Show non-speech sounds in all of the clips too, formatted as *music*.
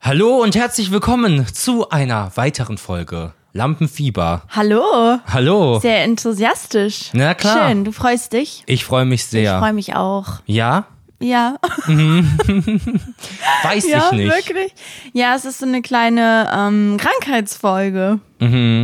Hallo und herzlich willkommen zu einer weiteren Folge Lampenfieber. Hallo. Hallo. Sehr enthusiastisch. Na Oh. klar. Schön, du freust dich. ich freue mich sehr. Ich freue mich auch. ja? Ja, Weiß ja, *laughs* ich nicht. wirklich. Ja, es ist so eine kleine ähm, Krankheitsfolge.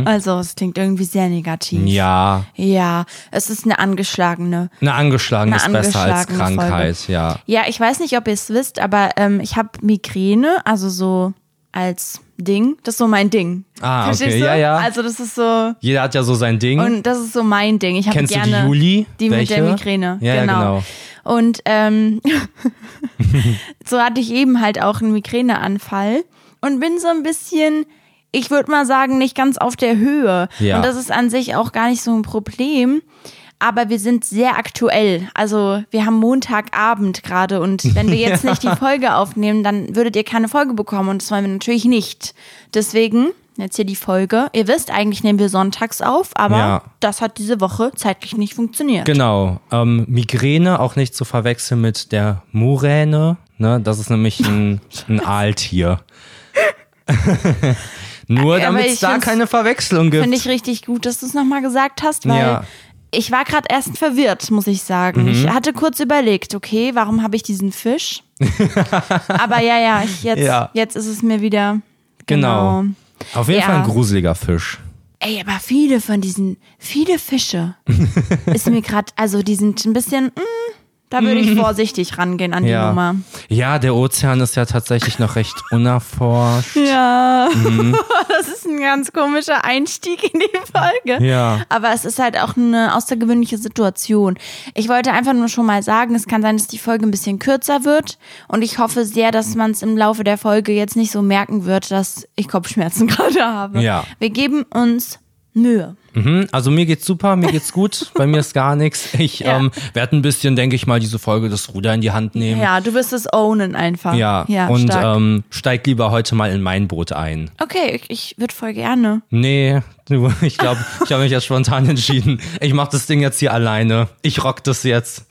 Also, es klingt irgendwie sehr negativ. Mhm. Ja, Ja, es ist eine angeschlagene. eine angeschlagene Eine ist besser als angeschlagene Krankheit, ja. Ja, ich weiß nicht, ob ihr es wisst, aber ähm, ich habe Migräne, also so als Ding. Das ist so mein Ding. Ah, Verstehst okay, du? ja, ja. Also, das ist so. Jeder hat ja so sein Ding. Und das ist so mein Ding. Ich habe Kennst du die gerne Juli? Die mit der Welche? Migräne. Ja, ja, genau. Und ähm, *laughs* so hatte ich eben halt auch einen Migräneanfall und bin so ein bisschen, ich würde mal sagen, nicht ganz auf der Höhe. Ja. Und das ist an sich auch gar nicht so ein Problem. Aber wir sind sehr aktuell. Also wir haben Montagabend gerade *laughs* und wenn wir jetzt nicht die Folge aufnehmen, dann würdet ihr keine Folge bekommen und das wollen wir natürlich nicht. Deswegen jetzt hier die Folge. Ihr wisst, eigentlich nehmen wir sonntags auf, aber Ja. das hat diese Woche zeitlich nicht funktioniert. Genau. Ähm, Migräne auch nicht zu verwechseln mit der Muräne. Ne? Das ist nämlich *laughs* ein, ein Aaltier. *laughs* Nur Aber damit es ich da find's- keine Verwechslung gibt. Finde ich richtig gut, dass du es nochmal gesagt hast, weil Ja. Mhm. ich war gerade erst verwirrt, muss ich sagen. Ich hatte kurz überlegt, okay, warum habe ich *laughs* diesen Fisch? Aber ja, ja, ich, jetzt, Ja. jetzt ist es mir wieder. Genau. Auf jeden Ja. Fall ein gruseliger Fisch. Ey, aber viele von diesen, viele *laughs* Fische ist mir gerade, also die sind ein bisschen, mm, da würde ich vorsichtig rangehen an die Mhm. Ja. Nummer. ja, der Ozean ist ja tatsächlich noch recht *laughs* unerforscht. Ja, das ist ein ganz komischer Einstieg in die Folge. Ja. Aber es ist halt auch eine außergewöhnliche Situation. Ich wollte einfach nur schon mal sagen, es kann sein, dass die Folge ein bisschen kürzer wird. Und ich hoffe sehr, dass man es im Laufe der Folge jetzt nicht so merken wird, dass ich Kopfschmerzen *laughs* gerade habe. Ja. Wir geben uns Mühe. Mhm, also mir geht's super, mir geht's gut, bei mir ist gar nichts. Ich Ja. ähm, werde ein bisschen, denke ich mal, diese Folge das Ruder in die Hand nehmen. Ja, du wirst es ownen einfach. Ja, ja und stark. ähm, steig lieber heute mal in mein Boot ein. okay, ich, ich würde voll gerne. Nee, du, *laughs* ich glaube, ich habe mich jetzt spontan entschieden. Ich mache das Ding jetzt hier alleine. Ich rock das jetzt.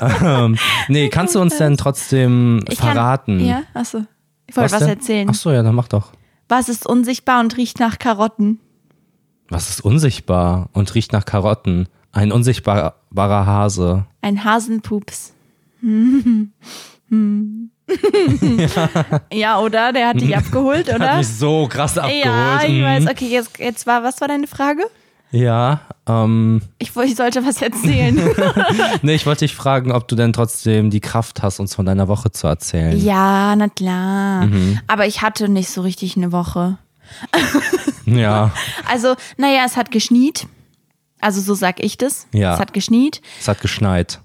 ähm, *laughs* nee, kannst du uns denn trotzdem Ich verraten? Kann, ja, achso. Ich wollte was, denn? erzählen. Ach so, ja, dann mach doch. Was ist unsichtbar und riecht nach Karotten? Was ist unsichtbar und riecht nach Karotten? Ein unsichtbarer Hase. Ein Hasenpups. *laughs* ja. ja, oder? *laughs* Der hat dich abgeholt, Hat oder? mich so krass abgeholt. Ja, ich Mhm. weiß. Okay, jetzt, jetzt war, was war deine Frage? Ja, ähm, Ich, wo- ich sollte was *laughs* erzählen. nee, ich wollte dich fragen, ob du denn trotzdem die Kraft hast, uns von deiner Woche zu erzählen. ja, na klar. Mhm. Aber ich hatte nicht so richtig eine Woche. Ja, Also, naja, es hat geschniet. Also, so sag ich das. Ja. Es hat geschniet. es hat geschneit.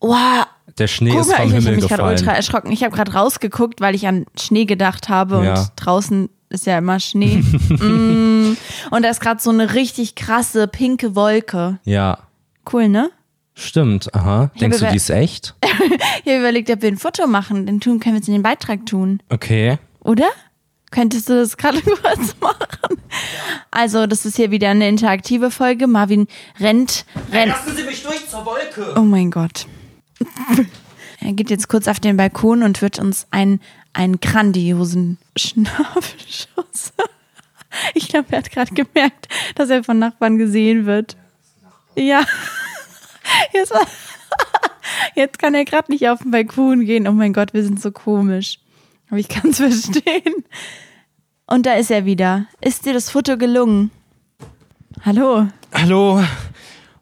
Wow, Der Schnee Guck ist mal, vom ich, ich habe Himmel mich gerade ultra gefallen. erschrocken. Ich habe gerade rausgeguckt, weil ich an Schnee gedacht habe Ja. und draußen ist ja *laughs* immer Schnee. mm. Und da ist gerade so eine richtig krasse pinke Wolke. Ja, Cool, ne? stimmt. Aha. Denkst du, über- die ist echt? Ich habe überlegt, ob wir ein Foto machen. Den tun können wir jetzt in den Beitrag tun, Okay. oder? Könntest du das gerade *laughs* kurz machen? Also, das ist hier wieder eine interaktive Folge. Marvin rennt, rennt. Sie mich durch zur Wolke. Oh mein Gott. *laughs* er geht jetzt kurz auf den Balkon und wird uns einen, einen grandiosen Schnappschuss. *laughs* ich glaube, er hat gerade gemerkt, dass er von Nachbarn gesehen wird. Ja. *laughs* Jetzt, *laughs* jetzt kann er gerade nicht auf den Balkon gehen. Oh mein Gott, wir sind so komisch. Aber ich kann es *laughs* verstehen. Und da ist er wieder. Ist dir das Foto gelungen? Hallo, Hallo,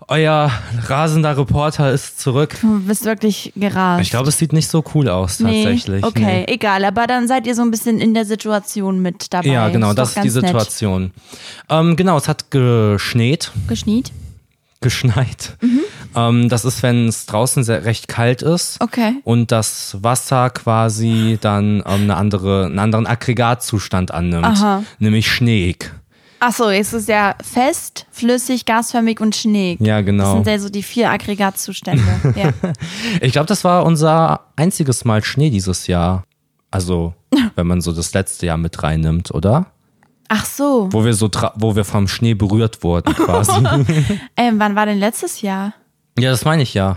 euer rasender Reporter ist zurück. du bist wirklich gerast. Ich glaube, es sieht nicht so cool aus, tatsächlich. Nee, okay, egal, aber dann seid ihr so ein bisschen in der Situation mit dabei. Nee. Ja, genau, doch das ist die ganz nett. Situation. Ähm, genau, es hat geschneit. *laughs* Geschniet? geschneit. Mhm. Ähm, das ist, wenn es draußen sehr, recht kalt ist Okay. und das Wasser quasi dann ähm, eine andere, einen anderen Aggregatzustand annimmt, Aha. nämlich schneeig. Achso, es ist ja fest, flüssig, gasförmig und schneeig. Ja, Das genau. sind ja so die *laughs* vier Aggregatzustände. ja. Ich glaube, das war unser einziges Mal Schnee dieses Jahr. *laughs* Also, wenn man so das letzte Jahr mit reinnimmt, oder? Ach so. Wo wir so, tra- wo wir vom Schnee berührt wurden *laughs* quasi. Ähm, wann war denn letztes Jahr? ja, das meine ich ja.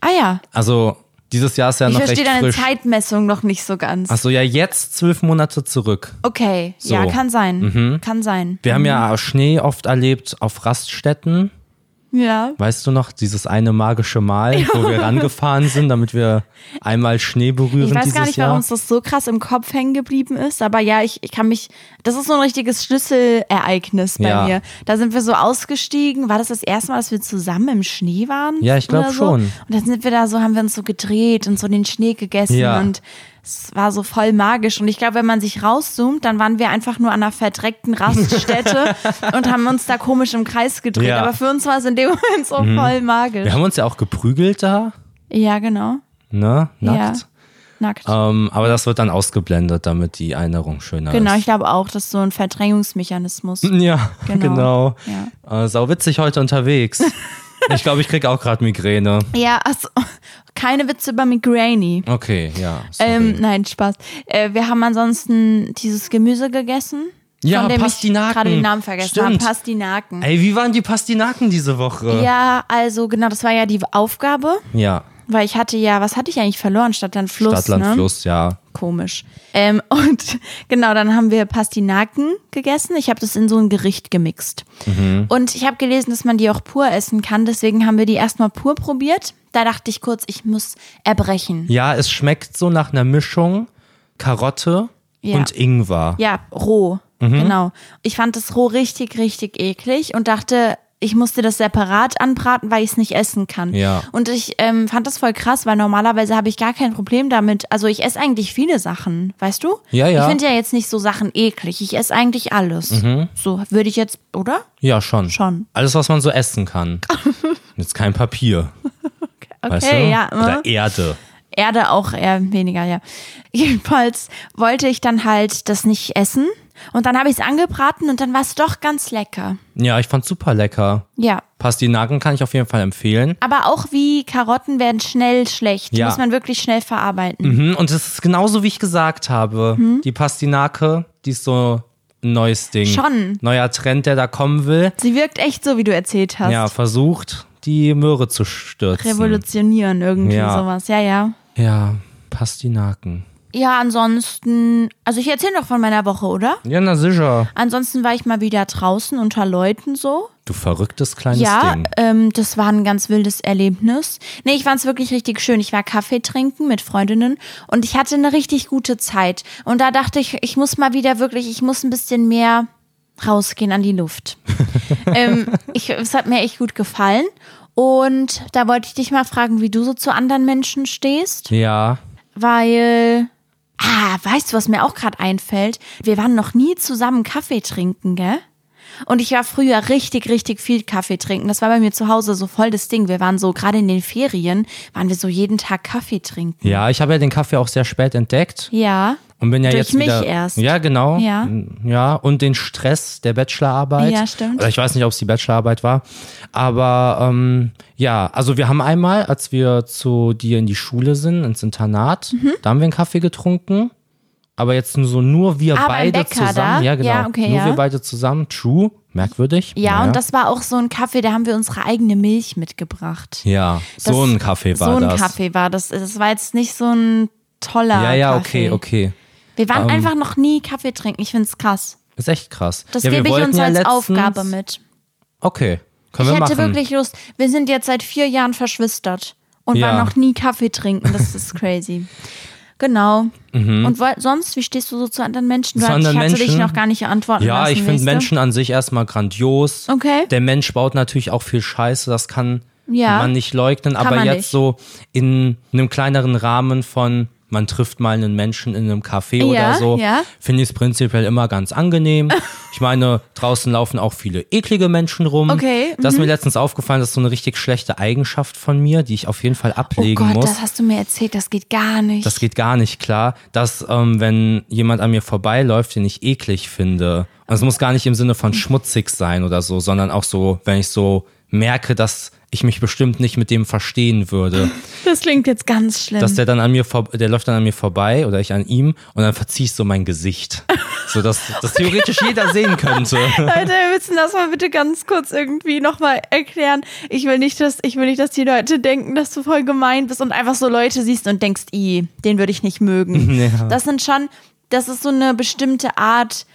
Ah ja, Also, Dieses Jahr ist ja Ich noch verstehe recht deine frisch. Zeitmessung noch nicht so ganz. Achso, ja, jetzt zwölf Monate zurück. Okay, So. Mhm. ja, kann sein. Kann sein. Wir haben Mhm. ja Schnee oft erlebt auf Raststätten. Ja. Weißt du noch, dieses eine magische Mal, wo wir rangefahren sind, damit wir einmal Schnee berühren Ich weiß dieses gar nicht, warum Jahr? uns das so krass im Kopf hängen geblieben ist, aber ja, ich, ich kann mich. Das ist so ein richtiges Schlüsselereignis bei Ja. mir. Da sind wir so ausgestiegen. War das das erste Mal, dass wir zusammen im Schnee waren? Ja, ich glaub Oder so? schon. Und dann sind wir da so, haben wir uns so gedreht und so den Schnee gegessen Ja. und es war so voll magisch. Und ich glaube, wenn man sich rauszoomt, dann waren wir einfach nur an einer *laughs* verdreckten Raststätte und haben uns da komisch im Kreis gedreht. Ja. Aber für uns war es in dem Moment so voll magisch. Wir haben uns ja auch geprügelt da, Ja, genau. ne? Nackt. Ja. Nackt. Ähm, aber das wird dann ausgeblendet, damit die Erinnerung schöner Genau, ich ist. glaube auch, das ist so ein Verdrängungsmechanismus. Ja, genau. Genau. Äh, sau witzig heute *laughs* unterwegs. ich glaube, ich krieg auch gerade Migräne. Ja, also, *laughs* keine Witze über Migraine. Okay, ja. Sorry. Ähm, nein, Spaß. Äh, wir haben ansonsten dieses Gemüse gegessen. Ja, von dem Pastinaken. ich gerade den Namen vergessen habe. Stimmt. Pastinaken. Ey, wie waren die Pastinaken diese Woche? Ja, also genau, das war ja die Aufgabe, ja. weil ich hatte ja, was hatte ich eigentlich verloren? Stadtland Fluss. Stadtland ne? Fluss, ja. Komisch. Ähm, *laughs* und genau, dann haben wir Pastinaken gegessen. Ich habe das in so ein Gericht gemixt. Und ich habe gelesen, dass man die auch pur essen kann. Deswegen haben wir die erstmal pur probiert. Da dachte ich kurz, ich muss erbrechen. Ja, es schmeckt so nach einer Mischung Karotte Ja. und Ingwer. Ja, roh. Mhm. Genau. Ich fand das roh richtig, richtig eklig und dachte, ich musste das separat anbraten, weil ich es nicht essen kann. Ja. Und ich ähm, fand das voll krass, weil normalerweise habe ich gar kein Problem damit. Also ich esse eigentlich viele Sachen, weißt du? Ja, ja. Ich finde ja jetzt nicht so Sachen eklig. Ich esse eigentlich alles. Mhm. So würde ich jetzt, oder? Ja, schon. Schon. Alles, was man so essen *laughs* kann. Jetzt kein Papier, Okay, weißt du? ja. ne? Oder e- Erde. Erde auch eher weniger, ja. *laughs* Jedenfalls wollte ich dann halt das nicht essen. Und dann habe ich es angebraten und dann war es doch ganz lecker. Ja, ich fand's super lecker. Ja, Pastinaken kann ich auf jeden Fall empfehlen. Aber auch wie Karotten werden schnell schlecht. Die Ja. muss man wirklich schnell verarbeiten. Mhm, Und es ist genauso, wie ich gesagt habe. Mhm. Die Pastinake, die ist so ein neues Ding. Schon. Neuer Trend, der da kommen will. Sie wirkt echt so, wie du erzählt hast. Ja, versucht, die Möhre zu stürzen. Revolutionieren, irgendwie Ja. sowas. Ja, ja. Ja, Pastinaken. Ja, ansonsten, also ich erzähle noch von meiner Woche, oder? Ja, na sicher. Ansonsten war ich mal wieder draußen unter Leuten so. Du verrücktes kleines ja, Ding. ähm, das war ein ganz wildes Erlebnis. Nee, ich fand's wirklich richtig schön. Ich war Kaffee trinken mit Freundinnen und ich hatte eine richtig gute Zeit. Und da dachte ich, ich muss mal wieder wirklich, ich muss ein bisschen mehr rausgehen an *laughs* die Luft. ähm, ich, es hat mir echt gut gefallen. Und da wollte ich dich mal fragen, wie du so zu anderen Menschen stehst, Ja. weil. Ah, weißt du, was mir auch gerade einfällt? Wir waren noch nie zusammen Kaffee trinken, gell? Und ich war früher richtig, richtig viel Kaffee trinken. Das war bei mir zu Hause so voll das Ding. Wir waren so, gerade in den Ferien, waren wir so jeden Tag Kaffee trinken. Ja, ich habe ja den Kaffee auch sehr spät entdeckt Ja. und bin ja Durch jetzt mich wieder erst. Ja, genau. Ja. Ja, und den Stress der Bachelorarbeit. Ja, stimmt. Oder ich weiß nicht, ob es die Bachelorarbeit war, aber ähm, ja, also wir haben einmal, als wir zu dir in die Schule sind, ins Internat, Mhm. da haben wir einen Kaffee getrunken. Aber jetzt nur so nur wir Ah, beim beide Bäcker zusammen. da? Ja, genau. Ja, okay, nur ja. wir beide zusammen. True. Merkwürdig. Ja, Naja. und das war auch so ein Kaffee, da haben wir unsere eigene Milch mitgebracht. Ja, so Das- ein Kaffee war so ein das. Kaffee war das. Das war jetzt nicht so ein toller Ja, ja, Kaffee. okay, Ähm. okay. Wir waren einfach noch nie Kaffee trinken. Ich find's krass. Ist echt krass. Das ja, wir gebe ich wollten uns ja als letztens, Aufgabe mit. Okay, können wir Ich hätte machen. wirklich Lust. Wir sind jetzt seit vier Jahren verschwistert und Ja. waren noch nie Kaffee trinken. Das *laughs* ist crazy. Genau. Und wo, sonst, wie stehst du so zu anderen Menschen? Mhm. Zu Weil anderen ich hatte dich Menschen? noch gar nicht antworten ja, lassen. ich finde weißt du? Menschen an sich erstmal grandios. Okay. Der Mensch baut natürlich auch viel Scheiße, das kann Ja. man nicht leugnen, Kann aber man jetzt nicht. so in einem kleineren Rahmen von man trifft mal einen Menschen in einem Café oder Ja, so, ja. finde ich es prinzipiell immer ganz *laughs* angenehm. Ich meine, draußen laufen auch viele eklige Menschen rum. Okay, mhm. Das ist mir letztens aufgefallen, das ist so eine richtig schlechte Eigenschaft von mir, die ich auf jeden Fall Oh ablegen Gott, muss. das hast du mir erzählt, das geht gar nicht. Das geht gar nicht klar, dass ähm, wenn jemand an mir vorbeiläuft, den ich eklig finde, und es muss gar nicht im Sinne von schmutzig sein oder so, sondern auch so, wenn ich so merke, dass ich mich bestimmt nicht mit dem verstehen würde, *laughs* Das klingt jetzt ganz schlimm. dass der dann an mir vor, der läuft dann an mir vorbei oder ich an ihm und dann verziehe ich so mein Gesicht. So dass *laughs* das theoretisch jeder sehen könnte. Leute, wir müssen das mal bitte ganz kurz irgendwie nochmal erklären. Ich will, nicht, dass, ich will nicht, dass die Leute denken, dass du voll gemein bist und einfach so Leute siehst und denkst, i, den würde ich nicht mögen. *laughs* Ja. Das sind schon, das ist so eine bestimmte Art.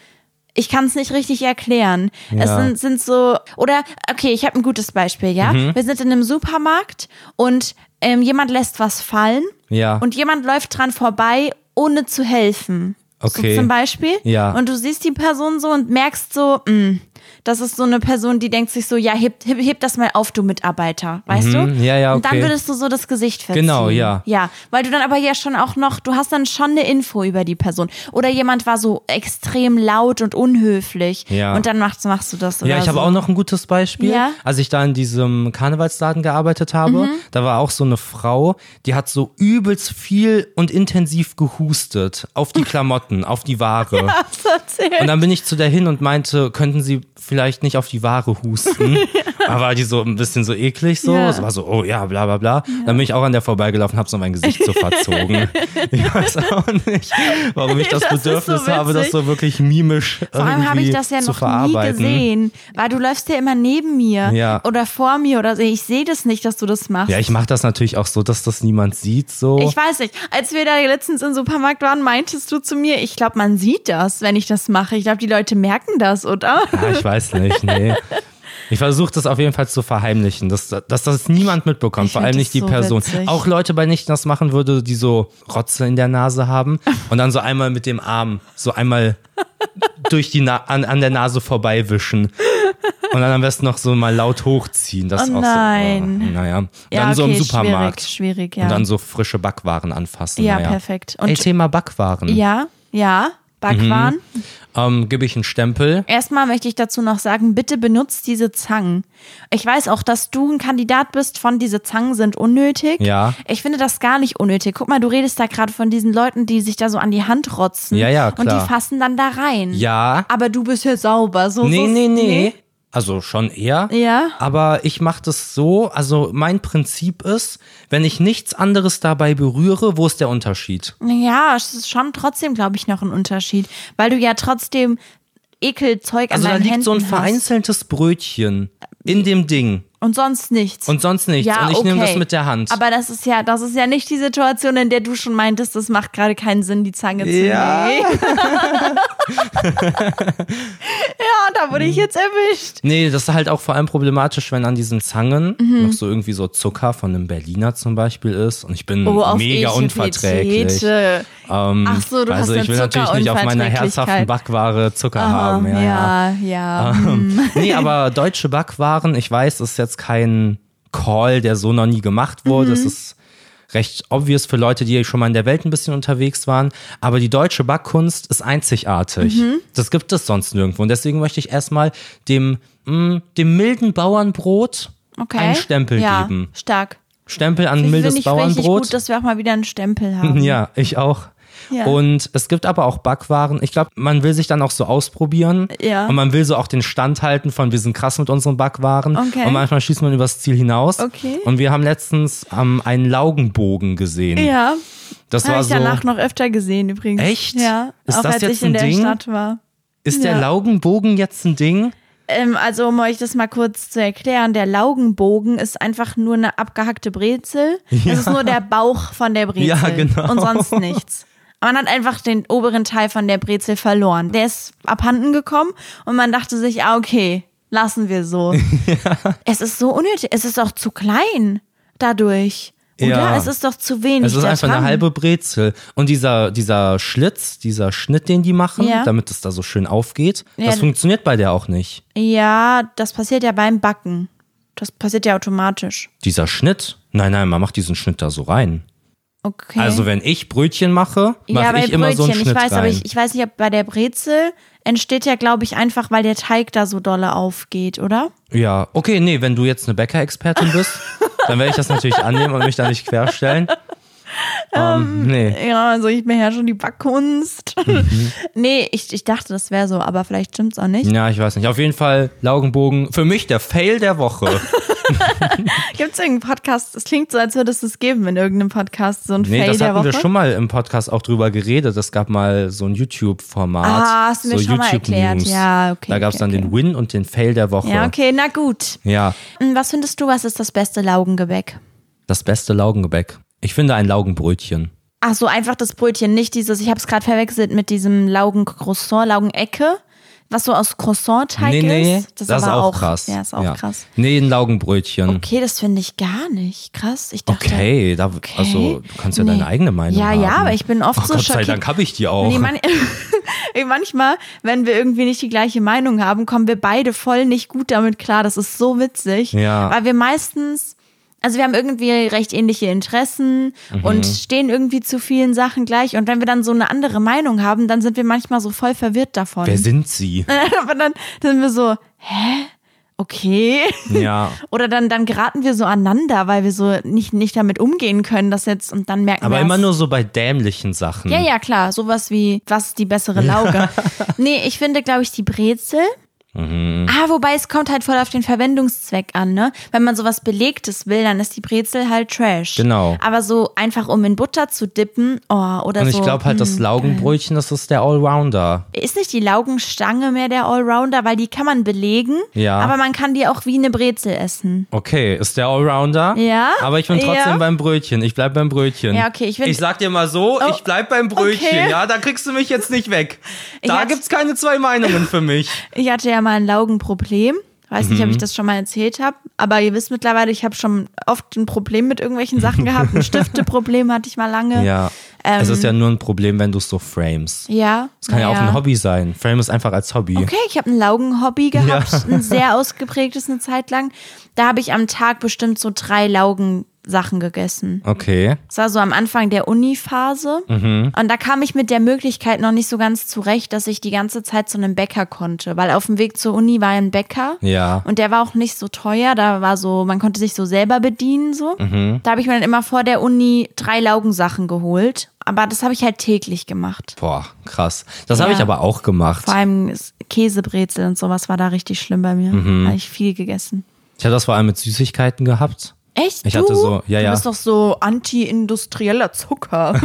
Ich kann es nicht richtig erklären. Es Ja. sind, sind so, oder, okay, ich habe ein gutes Beispiel, ja? Mhm. Wir sind in einem Supermarkt und ähm, jemand lässt was fallen Ja. und jemand läuft dran vorbei, ohne zu helfen. Okay. So zum Beispiel. Ja. Und du siehst die Person so und merkst so, mh, das ist so eine Person, die denkt sich so, ja, heb, heb, heb das mal auf, du Mitarbeiter, weißt Mhm, du? ja, ja, Und dann okay. würdest du so das Gesicht verziehen. Genau, ja. Ja, weil du dann aber ja schon auch noch, du hast dann schon eine Info über die Person. Oder jemand war so extrem laut und unhöflich. Ja. Und dann machst, machst du das. Ja, oder ich habe so. *laughs* auch noch ein gutes Beispiel. Ja. Mhm. Als ich da in diesem Karnevalsladen gearbeitet habe, da war auch so eine Frau, die hat so übelst viel und intensiv gehustet auf die Klamotten, auf die Ware. *laughs* Hast du erzählt? Und dann bin ich zu der hin und meinte, könnten Sie vielleicht nicht auf die Ware *laughs* husten? Da war die so ein bisschen so eklig so. Ja. Es war so, oh ja, bla bla bla. Dann bin ich auch an der vorbeigelaufen, habe so mein Gesicht so *laughs* verzogen. *laughs* ich weiß auch nicht, warum ich das, Das ist so Bedürfnis habe, das witzig. so wirklich mimisch Vor allem habe ich irgendwie das ja zu noch nie verarbeiten. gesehen, weil du läufst ja immer neben mir Ja. oder vor mir oder so. Ich sehe das nicht, dass du das machst. Ja, ich mache das natürlich auch so, dass das niemand sieht. So. Ich weiß nicht. Als wir da letztens im Supermarkt waren, meintest du zu mir, ich glaube, man sieht das, wenn ich das mache. Ich glaube, die Leute merken das, oder? ja, ich weiß nicht, nee. Ich versuche das auf jeden Fall zu verheimlichen, dass, dass das niemand mitbekommt, Ich vor find allem das nicht die so Person. witzig. Auch Leute bei Nichten das machen würde, die so Rotze in der Nase *laughs* haben und dann so einmal mit dem Arm so einmal durch die Na an, an der Nase vorbeiwischen. Und dann am besten noch so mal laut hochziehen. Das Oh ist auch so. nein. äh, naja. Dann ja, okay, so im Supermarkt. Schwierig, schwierig ja. Und dann so frische Backwaren anfassen. ja, naja. perfekt. Und Ey, Thema Backwaren. ja, ja, Backwaren. Ähm, Gebe ich einen Stempel. Erstmal möchte ich dazu noch sagen, bitte benutzt diese Zangen. Ich weiß auch, dass du ein Kandidat bist von diese Zangen sind unnötig. Ja. Ich finde das gar nicht unnötig. Guck mal, du redest da gerade von diesen Leuten, die sich da so an die Hand rotzen. Ja, ja, Und klar. die fassen dann da rein. Ja. Aber du bist ja sauber. So, so Nee, ist- nee, nee, Also schon eher. Ja. Aber ich mache das so, also mein Prinzip ist, wenn ich nichts anderes dabei berühre, wo ist der Unterschied? Ja, es ist schon trotzdem, glaube ich, noch ein Unterschied. Weil du ja trotzdem Ekelzeug Also an da deinen liegt Händen so ein hast. vereinzeltes Brötchen in dem Ding Und sonst nichts. und sonst nichts. ja, und ich okay. nehme das mit der Hand. Aber das ist ja, das ist ja nicht die Situation, in der du schon meintest, das macht gerade keinen Sinn, die Zange zu Ja. nehmen. *laughs* *laughs* ja, da wurde ich jetzt erwischt. Nee, das ist halt auch vor allem problematisch, wenn an diesen Zangen Mhm. noch so irgendwie so Zucker von einem Berliner zum Beispiel ist. Und ich bin Oh, auf mega ekelhafte unverträglich. Tete. Ähm, Ach so, du hast also eine ich will natürlich nicht auf meiner herzhaften Zuckerunverträglichkeit. Backware Zucker Ah, haben. Ja, ja. Ah, ja, ja. Mm. nee, aber deutsche Backwaren, ich weiß, ist jetzt kein Call, der so noch nie gemacht Mhm. wurde. Es ist recht obvious für Leute, die schon mal in der Welt ein bisschen unterwegs waren. Aber die deutsche Backkunst ist einzigartig. Mhm. Das gibt es sonst nirgendwo. Und deswegen möchte ich erstmal dem, mh, dem milden Bauernbrot Okay. einen Stempel ja, geben. Stark. Stempel an Finde mildes ich richtig Bauernbrot. gut, dass wir auch mal wieder *laughs* einen Stempel haben. Ja, ich auch. Ja. Und es gibt aber auch Backwaren. Ich glaube, man will sich dann auch so ausprobieren. Ja. Und man will so auch den Stand halten von, wir sind krass mit unseren Backwaren. Okay. Und manchmal schießt man übers Ziel hinaus. Okay. Und wir haben letztens ähm, einen Laugenbogen gesehen. Ja, Das habe war ich so, danach noch öfter gesehen übrigens. Echt? Ja, Ist auch das als jetzt ich in ein der Ding? Stadt war. ist der Ja. Laugenbogen jetzt ein Ding? Ähm, also um euch das mal kurz zu erklären, der Laugenbogen ist einfach nur eine abgehackte Brezel. Das ist nur der Bauch von der Brezel Ja, genau. und sonst nichts. Man hat einfach den oberen Teil von der Brezel verloren. Der ist abhanden gekommen und man dachte sich, ah, okay, lassen *laughs* wir so. Es ist so unnötig. Es ist auch zu klein dadurch. Oder? Ja. Es ist doch zu wenig. Es ist da einfach dran. eine halbe Brezel. Und dieser, dieser Schlitz, dieser Schnitt, den die machen, Ja. damit es da so schön aufgeht, Ja, das d- funktioniert bei der auch nicht. Ja, das passiert ja beim Backen. Das passiert ja automatisch. Dieser Schnitt? Nein, nein, man macht diesen Schnitt da so rein. Okay. Also wenn ich Brötchen mache, mache ja, bei ich immer so einen Schnitt ich weiß, rein. aber ich, ich weiß nicht, ob bei der Brezel entsteht ja, glaube ich, einfach, weil der Teig da so dolle aufgeht, oder? ja, okay, *laughs* nee, wenn du jetzt eine Bäckerexpertin bist, dann werde ich das natürlich annehmen und mich da nicht querstellen. Ähm, nee. Ja, also ich beherrsche die Backkunst. *laughs* nee, ich, ich dachte, das wäre so, aber vielleicht stimmt's auch nicht. Ja, ich weiß nicht. Auf jeden Fall Laugenbogen. Für mich der Fail der *laughs* Woche. Gibt's irgendeinen Podcast? Es klingt so, als würde es das geben in irgendeinem Podcast, so ein Nee, Fail das der hatten Woche. wir schon mal im Podcast auch drüber geredet. Es gab mal so ein YouTube-Format. Ah, hast du mir so schon mal erklärt. YouTube-News. Ja, okay, Da gab es okay, dann okay. den Win und den Fail der Woche. ja, okay, na gut. Ja, Hm, Was findest du, was ist das beste Laugengebäck? das beste Laugengebäck. Ich finde ein Laugenbrötchen. Ach so, einfach das Brötchen, nicht dieses, ich habe es gerade verwechselt mit diesem Laugencroissant, Laugenecke, was so aus Croissant-Teig nee, nee, ist. das, ist aber auch krass. Ja, ist auch krass. Nee, ein Laugenbrötchen. Okay, das finde ich gar nicht krass. Ich dachte, Okay, da, also du kannst ja deine eigene Meinung Ja, haben. ja, aber ich bin oft Ach, so Gott sei schockiert. Dank habe ich die auch. Nee, man, *laughs* Ey, manchmal, wenn wir irgendwie nicht die gleiche Meinung haben, kommen wir beide voll nicht gut damit klar. Das ist so witzig. Ja. Weil wir meistens, also wir haben irgendwie recht ähnliche Interessen Mhm. und stehen irgendwie zu vielen Sachen gleich. Und wenn wir dann so eine andere Meinung haben, dann sind wir manchmal so voll verwirrt davon. Wer sind sie? *laughs* Aber dann sind wir so, hä? Okay. *laughs* ja. Oder dann, dann geraten wir so aneinander, weil wir so nicht, nicht damit umgehen können, das jetzt und dann merken Aber wir immer erst- nur so bei dämlichen Sachen. ja, ja, klar. Sowas wie, was ist die bessere Lauge? nee, ich finde, glaube ich, die Brezel. Mhm. Ah, wobei es kommt halt voll auf den Verwendungszweck an, ne? Wenn man sowas Belegtes will, dann ist die Brezel halt Trash. Genau. Aber so einfach, um in Butter zu dippen, oh, oder Und so. ich glaube halt, das Laugenbrötchen, das ist der Allrounder. Ist nicht die Laugenstange mehr der Allrounder, weil die kann man belegen, Ja. aber man kann die auch wie eine Brezel essen. Okay, ist der Allrounder. Ja, Aber ich bin trotzdem ja. beim Brötchen. Ich bleib beim Brötchen. Ja, okay, ich find- ich sag dir mal so, ich bleib beim Brötchen. okay. Ja, da kriegst du mich jetzt nicht weg. Da hatte- gibt's keine zwei Meinungen für *laughs* mich. Ich hatte ja mal ein Laugenproblem. Weiß Mhm. nicht, ob ich das schon mal erzählt habe, aber ihr wisst mittlerweile, ich habe schon oft ein Problem mit irgendwelchen Sachen gehabt. *laughs* Ein Stifteproblem hatte ich mal lange. *laughs* Ja. Ähm. es ist ja nur ein Problem, wenn du es so frames. Ja. Es kann ja. auch ein Hobby sein. Frame ist einfach als Hobby. Okay, ich habe ein Laugenhobby gehabt, ein sehr ausgeprägtes eine Zeit lang. Da habe ich am Tag bestimmt so drei Laugensachen gegessen. Okay. Es war so am Anfang der Uni-Phase. Mhm. Und da kam ich mit der Möglichkeit noch nicht so ganz zurecht, dass ich die ganze Zeit zu einem Bäcker konnte. Weil auf dem Weg zur Uni war ein Bäcker. Ja. Und der war auch nicht so teuer. Da war so, man konnte sich so selber bedienen, so. Mhm. Da habe ich mir dann immer vor der Uni drei Laugensachen geholt. Aber das habe ich halt täglich gemacht. Boah, krass. Das habe Ja. ich aber auch gemacht. Vor allem das Käsebrezel und sowas war da richtig schlimm bei mir. Mhm. Habe ich viel gegessen. Ich habe das vor allem mit Süßigkeiten gehabt. Echt? Ich du? hatte so- ja, du ja. bist doch so anti-industrieller Zucker.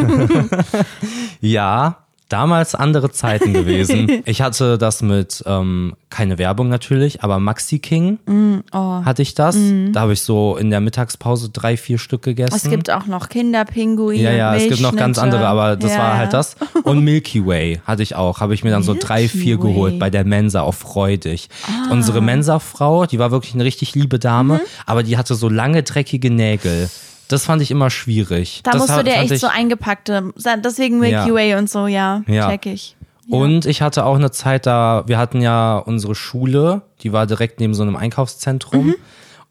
Ja, damals andere *laughs* Zeiten gewesen. Ich hatte das mit, ähm, keine Werbung natürlich, aber Maxi King Mm, oh. hatte ich das. Da habe ich so in der Mittagspause drei, vier Stück gegessen. Es gibt auch noch Kinderpinguine. ja, ja, es gibt noch Milchschnitte. ganz andere, aber das Ja, war ja. halt das. Und Milky Way hatte ich auch. Habe ich mir dann so drei, Milky vier Way. Ah. geholt bei der Mensa auch freudig. Unsere Mensa-Frau, die war wirklich eine richtig liebe Dame, Mhm. aber die hatte so lange, dreckige Nägel. Das fand ich immer schwierig. Da das musst ha- du dir fand echt ich, so eingepackte. Deswegen Milky Ja. Way und so, ja, Ja. check ich. Und ich hatte auch eine Zeit da, wir hatten ja unsere Schule, die war direkt neben so einem Einkaufszentrum. Mhm.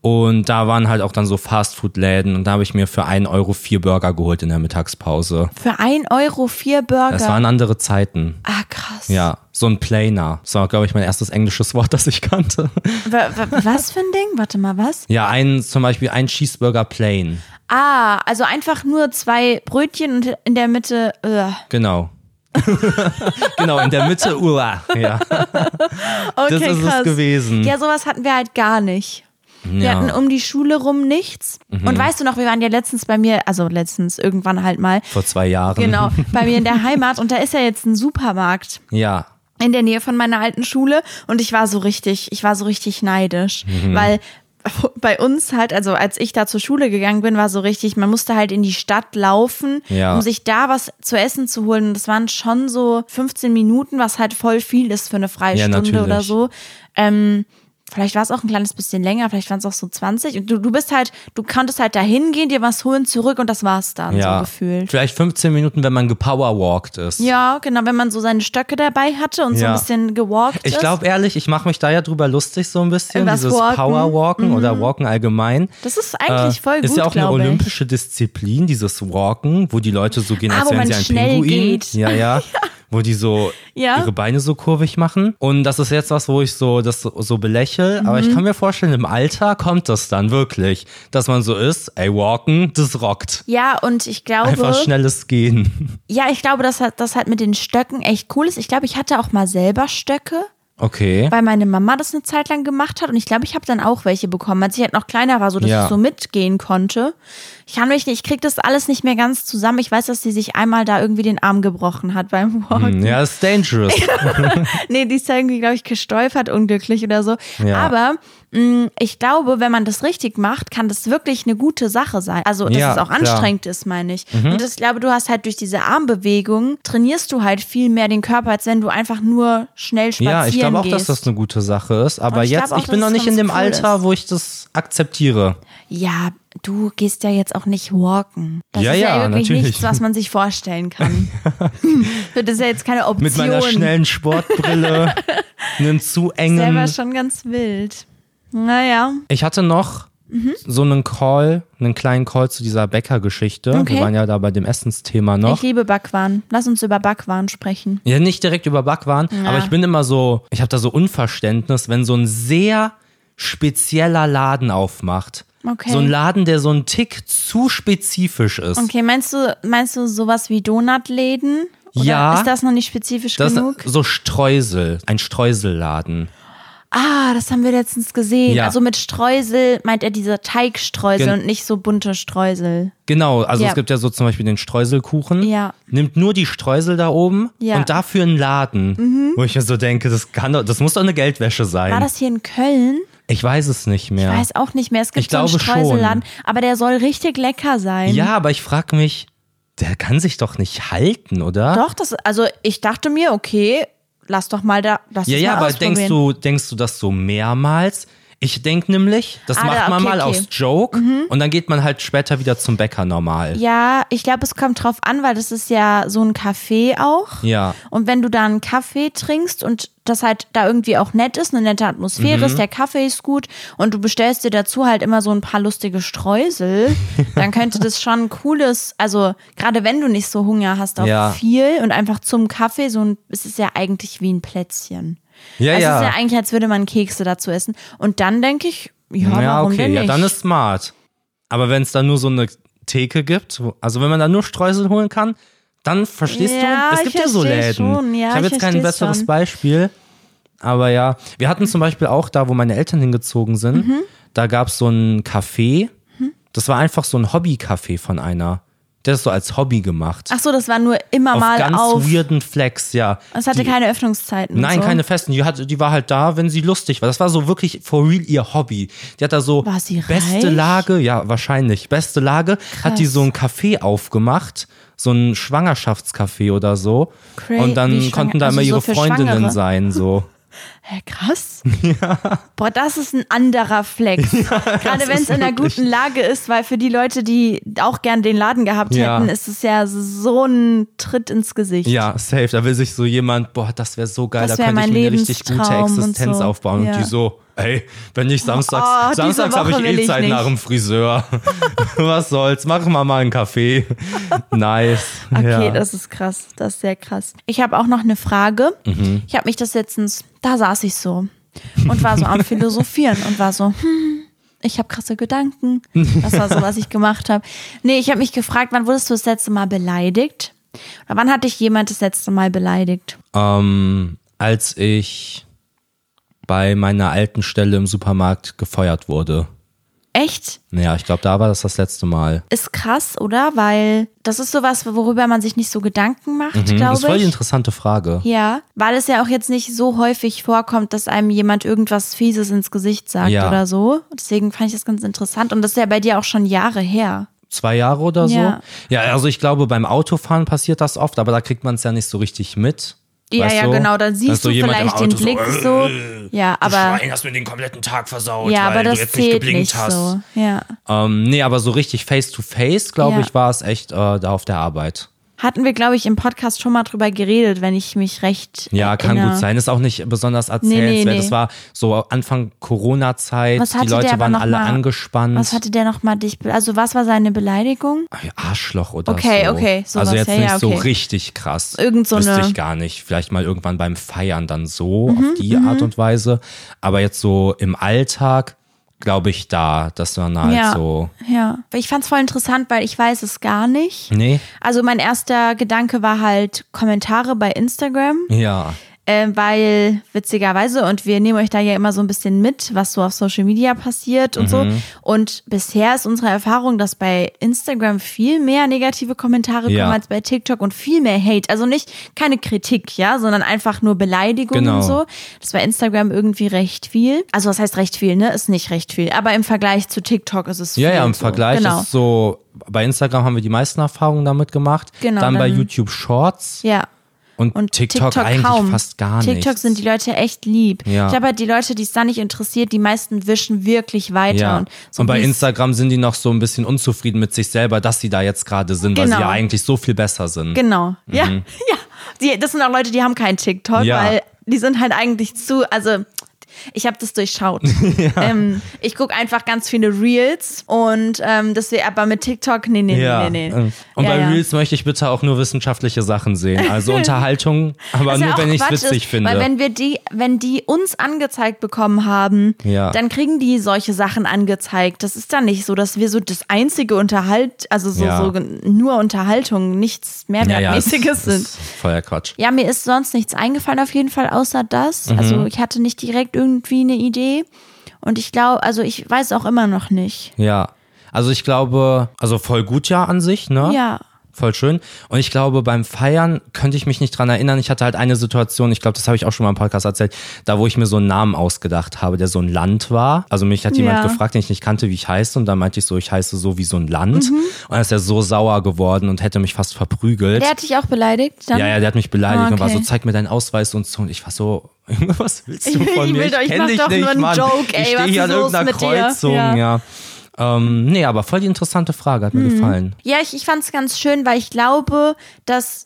Und da waren halt auch dann so Fastfood-Läden und da habe ich mir für 1 Euro vier Burger geholt in der Mittagspause. Für 1 Euro vier Burger. Das waren andere Zeiten. ah, krass. Ja, so ein Planer. Das war, glaube ich, mein erstes englisches Wort, *laughs* das ich kannte. Wa- wa- was für ein Ding? Warte mal, was? Ja, ein, zum Beispiel ein Cheeseburger Plain. Ah, also einfach nur zwei Brötchen und in der Mitte. Äh. Genau. *laughs* genau, in der Mitte, uah. Ja, Okay, das ist krass. es gewesen. Ja, sowas hatten wir halt gar nicht. Wir Ja. Mhm. hatten um die Schule rum nichts. Und weißt du noch, wir waren ja letztens bei mir, also letztens irgendwann *laughs* halt mal, Vor zwei Jahren. genau, bei mir in der Heimat und da ist ja jetzt ein Supermarkt. Ja. in der Nähe von meiner alten Schule und ich war so richtig, ich war so richtig neidisch, Mhm. weil *laughs* bei uns halt, also als ich da zur Schule gegangen bin, war so richtig, man musste halt in die Stadt laufen, Ja. um sich da was zu essen zu holen. Und das waren schon so 15 Minuten, was halt voll viel ist für eine Ja, Freistunde natürlich. oder so. Ähm, vielleicht war es auch ein kleines bisschen länger, vielleicht waren es auch so 20. Und du, du bist halt, du konntest halt da hingehen, dir was holen, zurück und das war's dann Ja. so gefühlt. Vielleicht 15 Minuten, wenn man gepowerwalkt ist. Ja, genau, wenn man so seine Stöcke dabei hatte und so Ja. ein bisschen gewalkt Ich ist. glaube ehrlich, ich mache mich da ja drüber lustig so ein bisschen, Übers dieses Walken. Mhm. Powerwalken oder Walken allgemein. Das ist eigentlich Äh, voll gut, Ist ja auch eine glaube ich. olympische Disziplin, dieses Walken, wo die Leute so gehen, Ah, als wo wären man sie ein schnell Pinguin. *laughs* geht. Ja, ja. wo die so Ja. ihre Beine so kurvig machen. Und das ist jetzt was, wo ich so das so, so belächel. Aber Mhm. ich kann mir vorstellen, im Alter kommt das dann wirklich, dass man so ist, ey, walken, das rockt. Ja, und ich glaube, Einfach schnelles Gehen. ja, ich glaube, dass hat- das halt mit den Stöcken echt cool ist. Ich glaube, ich hatte auch mal selber Stöcke, Okay. weil meine Mama das eine Zeit lang gemacht hat und ich glaube, ich habe dann auch welche bekommen, als ich halt noch kleiner war, so dass Ja. ich so mitgehen konnte. Ich kann mich nicht, ich krieg das alles nicht mehr ganz zusammen. Ich weiß, dass sie sich einmal da irgendwie den Arm gebrochen hat beim Walken. Hm, Ja, ist *laughs* dangerous. Nee, die ist ja irgendwie, glaube ich, gestolpert unglücklich oder so. Ja. Aber mh, ich glaube, wenn man das richtig macht, kann das wirklich eine gute Sache sein. Also, dass Ja, es auch klar. Mhm. anstrengend ist, meine ich. Und das, ich glaube, du hast halt durch diese Armbewegung trainierst du halt viel mehr den Körper, als wenn du einfach nur schnell spazieren Ja, ich glaube auch, gehst. dass das eine gute Sache ist. Aber Und ich jetzt, glaube auch, ich bin dass noch es nicht in ganz dem cool Alter, ist. wo ich das akzeptiere. ja, du gehst ja jetzt auch nicht walken. Das Ja, ist ja, ja, wirklich natürlich. nichts, was man sich *laughs* vorstellen kann. das ist ja jetzt keine Option. Mit meiner schnellen *laughs* Sportbrille, einen zu Selber engen. schon ganz wild. Naja. Ich hatte noch Mhm. so einen Call, einen kleinen Call zu dieser Bäcker-Geschichte. Okay. Wir waren ja da bei dem Essensthema Ich noch. liebe Backwaren. Lass uns über Backwaren sprechen. Ja, nicht direkt über Backwaren, aber ich bin immer so, ich habe da so Unverständnis, wenn so ein sehr spezieller Laden aufmacht. Okay. So ein Laden, der so ein Tick zu spezifisch ist. Okay, meinst du, meinst du sowas wie Donutläden? Oder Ja. Ist das noch nicht spezifisch Das genug? ist so Streusel, ein Streuselladen. Ah, das haben wir letztens gesehen. Ja. Also mit Streusel meint er diese Teigstreusel Gen- und nicht so bunte Streusel. Genau, also Ja. es gibt ja so zum Beispiel den Streuselkuchen. Ja. Nimmt nur die Streusel da oben Ja. Mhm. und dafür einen Laden, wo ich mir so denke, das kann doch, das muss doch eine Geldwäsche sein. War das hier in Köln? ich weiß es nicht mehr. Weiß auch nicht mehr. Es gibt Ich so einen glaube schon. Streuselladen, aber der soll richtig lecker sein. ja, aber ich frage mich, der kann sich doch nicht halten, oder? Doch, das, also ich dachte mir, okay, lass doch mal da, lass Ja, es ja, mal aber denkst ausprobieren. du, denkst du das so mehrmals? Ich denke nämlich, das Ah, macht da- man okay, mal okay. Mhm. aus Joke und dann geht man halt später wieder zum Bäcker normal. Ja, ich glaube, es kommt drauf an, weil das ist ja so ein Café auch. Ja. Und wenn du da einen Kaffee trinkst und das halt da irgendwie auch nett ist, eine nette Atmosphäre Mhm. ist, der Kaffee ist gut und du bestellst dir dazu halt immer so ein paar *laughs* lustige Streusel, dann könnte das schon ein cooles, also gerade wenn du nicht so Hunger hast auf Ja. viel und einfach zum Kaffee so ein, es ist ja eigentlich wie ein Plätzchen. Also Ja, es ja. ist ja eigentlich, als würde man Kekse dazu essen. Und dann denke ich, ja, ja, warum okay, denn nicht? ja, dann ist smart. Aber wenn es dann nur so eine Theke gibt, wo- also wenn man da nur Streusel holen kann, dann verstehst Ja, du, es ich gibt ja so versteh Läden. schon, ja, ich habe ich jetzt kein versteh's besseres schon. Beispiel, aber ja, wir hatten zum Beispiel auch da, wo meine Eltern hingezogen sind, Mhm. da gab es so ein Café, das war einfach so ein Hobbycafé von einer. Der ist so als Hobby gemacht. Ach so, das war nur immer auf mal ganz auf. weirden Flex, ja. Es hatte Die- keine Öffnungszeiten. und Nein, so. keine festen. Die, hat, die war halt da, wenn sie lustig war. Das war so wirklich for real ihr Hobby. Die hat da so War sie beste reich? Lage, ja, wahrscheinlich. Beste Lage hat die so ein Café aufgemacht, so ein Schwangerschaftscafé oder so. Cra- Und wie dann schwanger- konnten da also immer so ihre für Freundinnen Schwangere. sein, *laughs* so. Hä, Äh, *laughs* krass. Boah, das ist ein anderer Flex. Gerade wenn es ist in einer wirklich- guten Lage ist, weil für die Leute, die auch gern den Laden gehabt Ja. hätten, ist es ja so ein Tritt ins Gesicht. Ja, safe. Da will sich so jemand, boah, das wäre so geil, da Das wär könnte ich mein mir eine richtig gute Lebenstraum und Existenz so. aufbauen. Ja. Und die so, ey, wenn ich Oh, samstags, diese samstags habe ich Woche eh will ich Zeit nicht. nach dem Friseur. *laughs* Was soll's, machen wir mal einen Kaffee. *laughs* nice. Okay, ja. das ist krass. Das ist sehr krass. Ich habe auch noch eine Frage. Mhm. Ich habe mich das letztens, da saß ich so und war so *laughs* am Philosophieren und war so, hm, ich habe krasse Gedanken. Das war so, was ich gemacht habe. Nee, ich habe mich gefragt, wann wurdest du das letzte Mal beleidigt? Oder wann hat dich jemand das letzte Mal beleidigt? Ähm, als ich bei meiner alten Stelle im Supermarkt gefeuert wurde. Echt? Ja, ich glaube, da war das das letzte Mal. Ist krass, oder? Weil das ist sowas, worüber man sich nicht so Gedanken macht, glaube Mhm, Hm, das ich. ist voll die interessante Frage. Ja, weil es ja auch jetzt nicht so häufig vorkommt, dass einem jemand irgendwas Fieses ins Gesicht sagt Ja. oder so. Deswegen fand ich das ganz interessant. Und das ist ja bei dir auch schon Jahre her. Zwei Jahre oder so? Ja. Ja, also ich glaube, beim Autofahren passiert das oft, aber da kriegt man es ja nicht so richtig mit. Ja, Weißt ja, du? genau. Dann Da ist siehst so du jemand im vielleicht den Auto Blick So, äh, so. Ja, aber, hast mir den kompletten Tag versaut, ja, aber weil das du jetzt nicht zählt geblinkt nicht hast. so. Ja. Ähm, nee, aber so richtig face to face, glaube Ja. ich, war es echt äh, da auf der Arbeit. Hatten wir, glaube ich, im Podcast schon mal drüber geredet, wenn ich mich recht. Ja, kann erinnere. gut sein. Ist auch nicht besonders erzählenswert. nee. Das war so Anfang Corona-Zeit. Was Die hatte der Leute aber waren noch alle mal? angespannt. Was hatte der nochmal dich. be- Also, was war seine Beleidigung? Ach ja, Arschloch oder Okay, so. okay, sowas, also jetzt ja, nicht ja, so okay. richtig krass. Irgend so Wüsste eine- Mhm, ich gar nicht. Vielleicht mal irgendwann beim Feiern dann so auf die Art und Weise. Aber jetzt so im Alltag glaube ich da, dass man halt ja. so. Ja. Ich fand es voll interessant, weil ich weiß es gar nicht. Nee? Also, mein erster Gedanke war halt Kommentare bei Instagram. Ja. Ähm, weil witzigerweise, und wir nehmen euch da ja immer so ein bisschen mit, was so auf Social Media passiert und so. Mhm. Und bisher ist unsere Erfahrung, dass bei Instagram viel mehr negative Kommentare Ja. kommen als bei TikTok und viel mehr Hate. Also nicht keine Kritik, ja, sondern einfach nur Beleidigungen Genau. und so. Das ist bei Instagram irgendwie recht viel. Also was heißt recht viel, ne? Ist nicht recht viel. Aber im Vergleich zu TikTok ist es Ja, viel. ja, im so. Vergleich genau. ist so, bei Instagram haben wir die meisten Erfahrungen damit gemacht. Genau, dann bei dann- YouTube Shorts Ja. und, Und TikTok, TikTok, eigentlich kaum. fast gar TikTok nicht. sind die Leute echt lieb. Ja. Ich glaube, halt, die Leute, die es da nicht interessiert, die meisten wischen wirklich weiter. ja. Und, so und bei wie es- Instagram sind die noch so ein bisschen unzufrieden mit sich selber, dass sie da jetzt gerade sind, weil sie Genau. ja eigentlich so viel besser sind. Genau. Ja, *laughs* ja. Die, das sind auch Leute, die haben keinen TikTok, Mhm. Ja. weil die sind halt eigentlich zu, also ich habe *laughs* das durchschaut. ähm, ich gucke einfach ganz viele Reels und ähm, deswegen, aber mit TikTok, nee, nee, Ja. ähm, nee, nee. Und ja, bei ja. Reels möchte ich bitte auch nur wissenschaftliche Sachen sehen. *laughs* Also Unterhaltung, aber Was nur ja auch wenn ich es Quatsch witzig ist, finde. Weil wenn wir die, wenn die uns angezeigt bekommen haben, Ja. dann kriegen die solche Sachen angezeigt. Das ist dann nicht so, dass wir so das einzige Unterhalt, also so, Ja. so gen- nur Unterhaltung, nichts ja, ja, es, mehrwertmäßiges sind. Ist voller Quatsch. Ja, mir ist sonst nichts eingefallen auf jeden Fall, außer das. Mhm. Also ich hatte nicht direkt irgendwie eine Idee. Und ich glaube, also ich weiß auch immer noch nicht. Ja. Also ich glaube, also voll gut ja an sich, ne? Ja. Voll schön. Und ich glaube, beim Feiern könnte ich mich nicht dran erinnern. Ich hatte halt eine Situation, ich glaube, das habe ich auch schon mal im Podcast erzählt, da wo ich mir so einen Namen ausgedacht habe, der so ein Land war. Also mich hat jemand Ja. gefragt, den ich nicht kannte, wie ich heiße. Und dann meinte ich so, ich heiße so wie so ein Mhm. Land. Und dann ist er so sauer geworden und hätte mich fast verprügelt. Der hat dich auch beleidigt? Dann? Ja, ja, der hat mich beleidigt Ah, und war okay. so, zeig mir deinen Ausweis und so. Und ich war so, *laughs* Junge, was willst du *laughs* Ich- von ich mir? will doch- ich kenn mach dich doch nicht, nur einen Mann. Joke, ey, ich stehe was hier an ist los irgendeiner mit dir? Kreuzung, Ja. Mhm. ja. Ähm, nee, aber voll die interessante Frage, hat mir gefallen. Ja, ich, ich fand es ganz schön, weil ich glaube, dass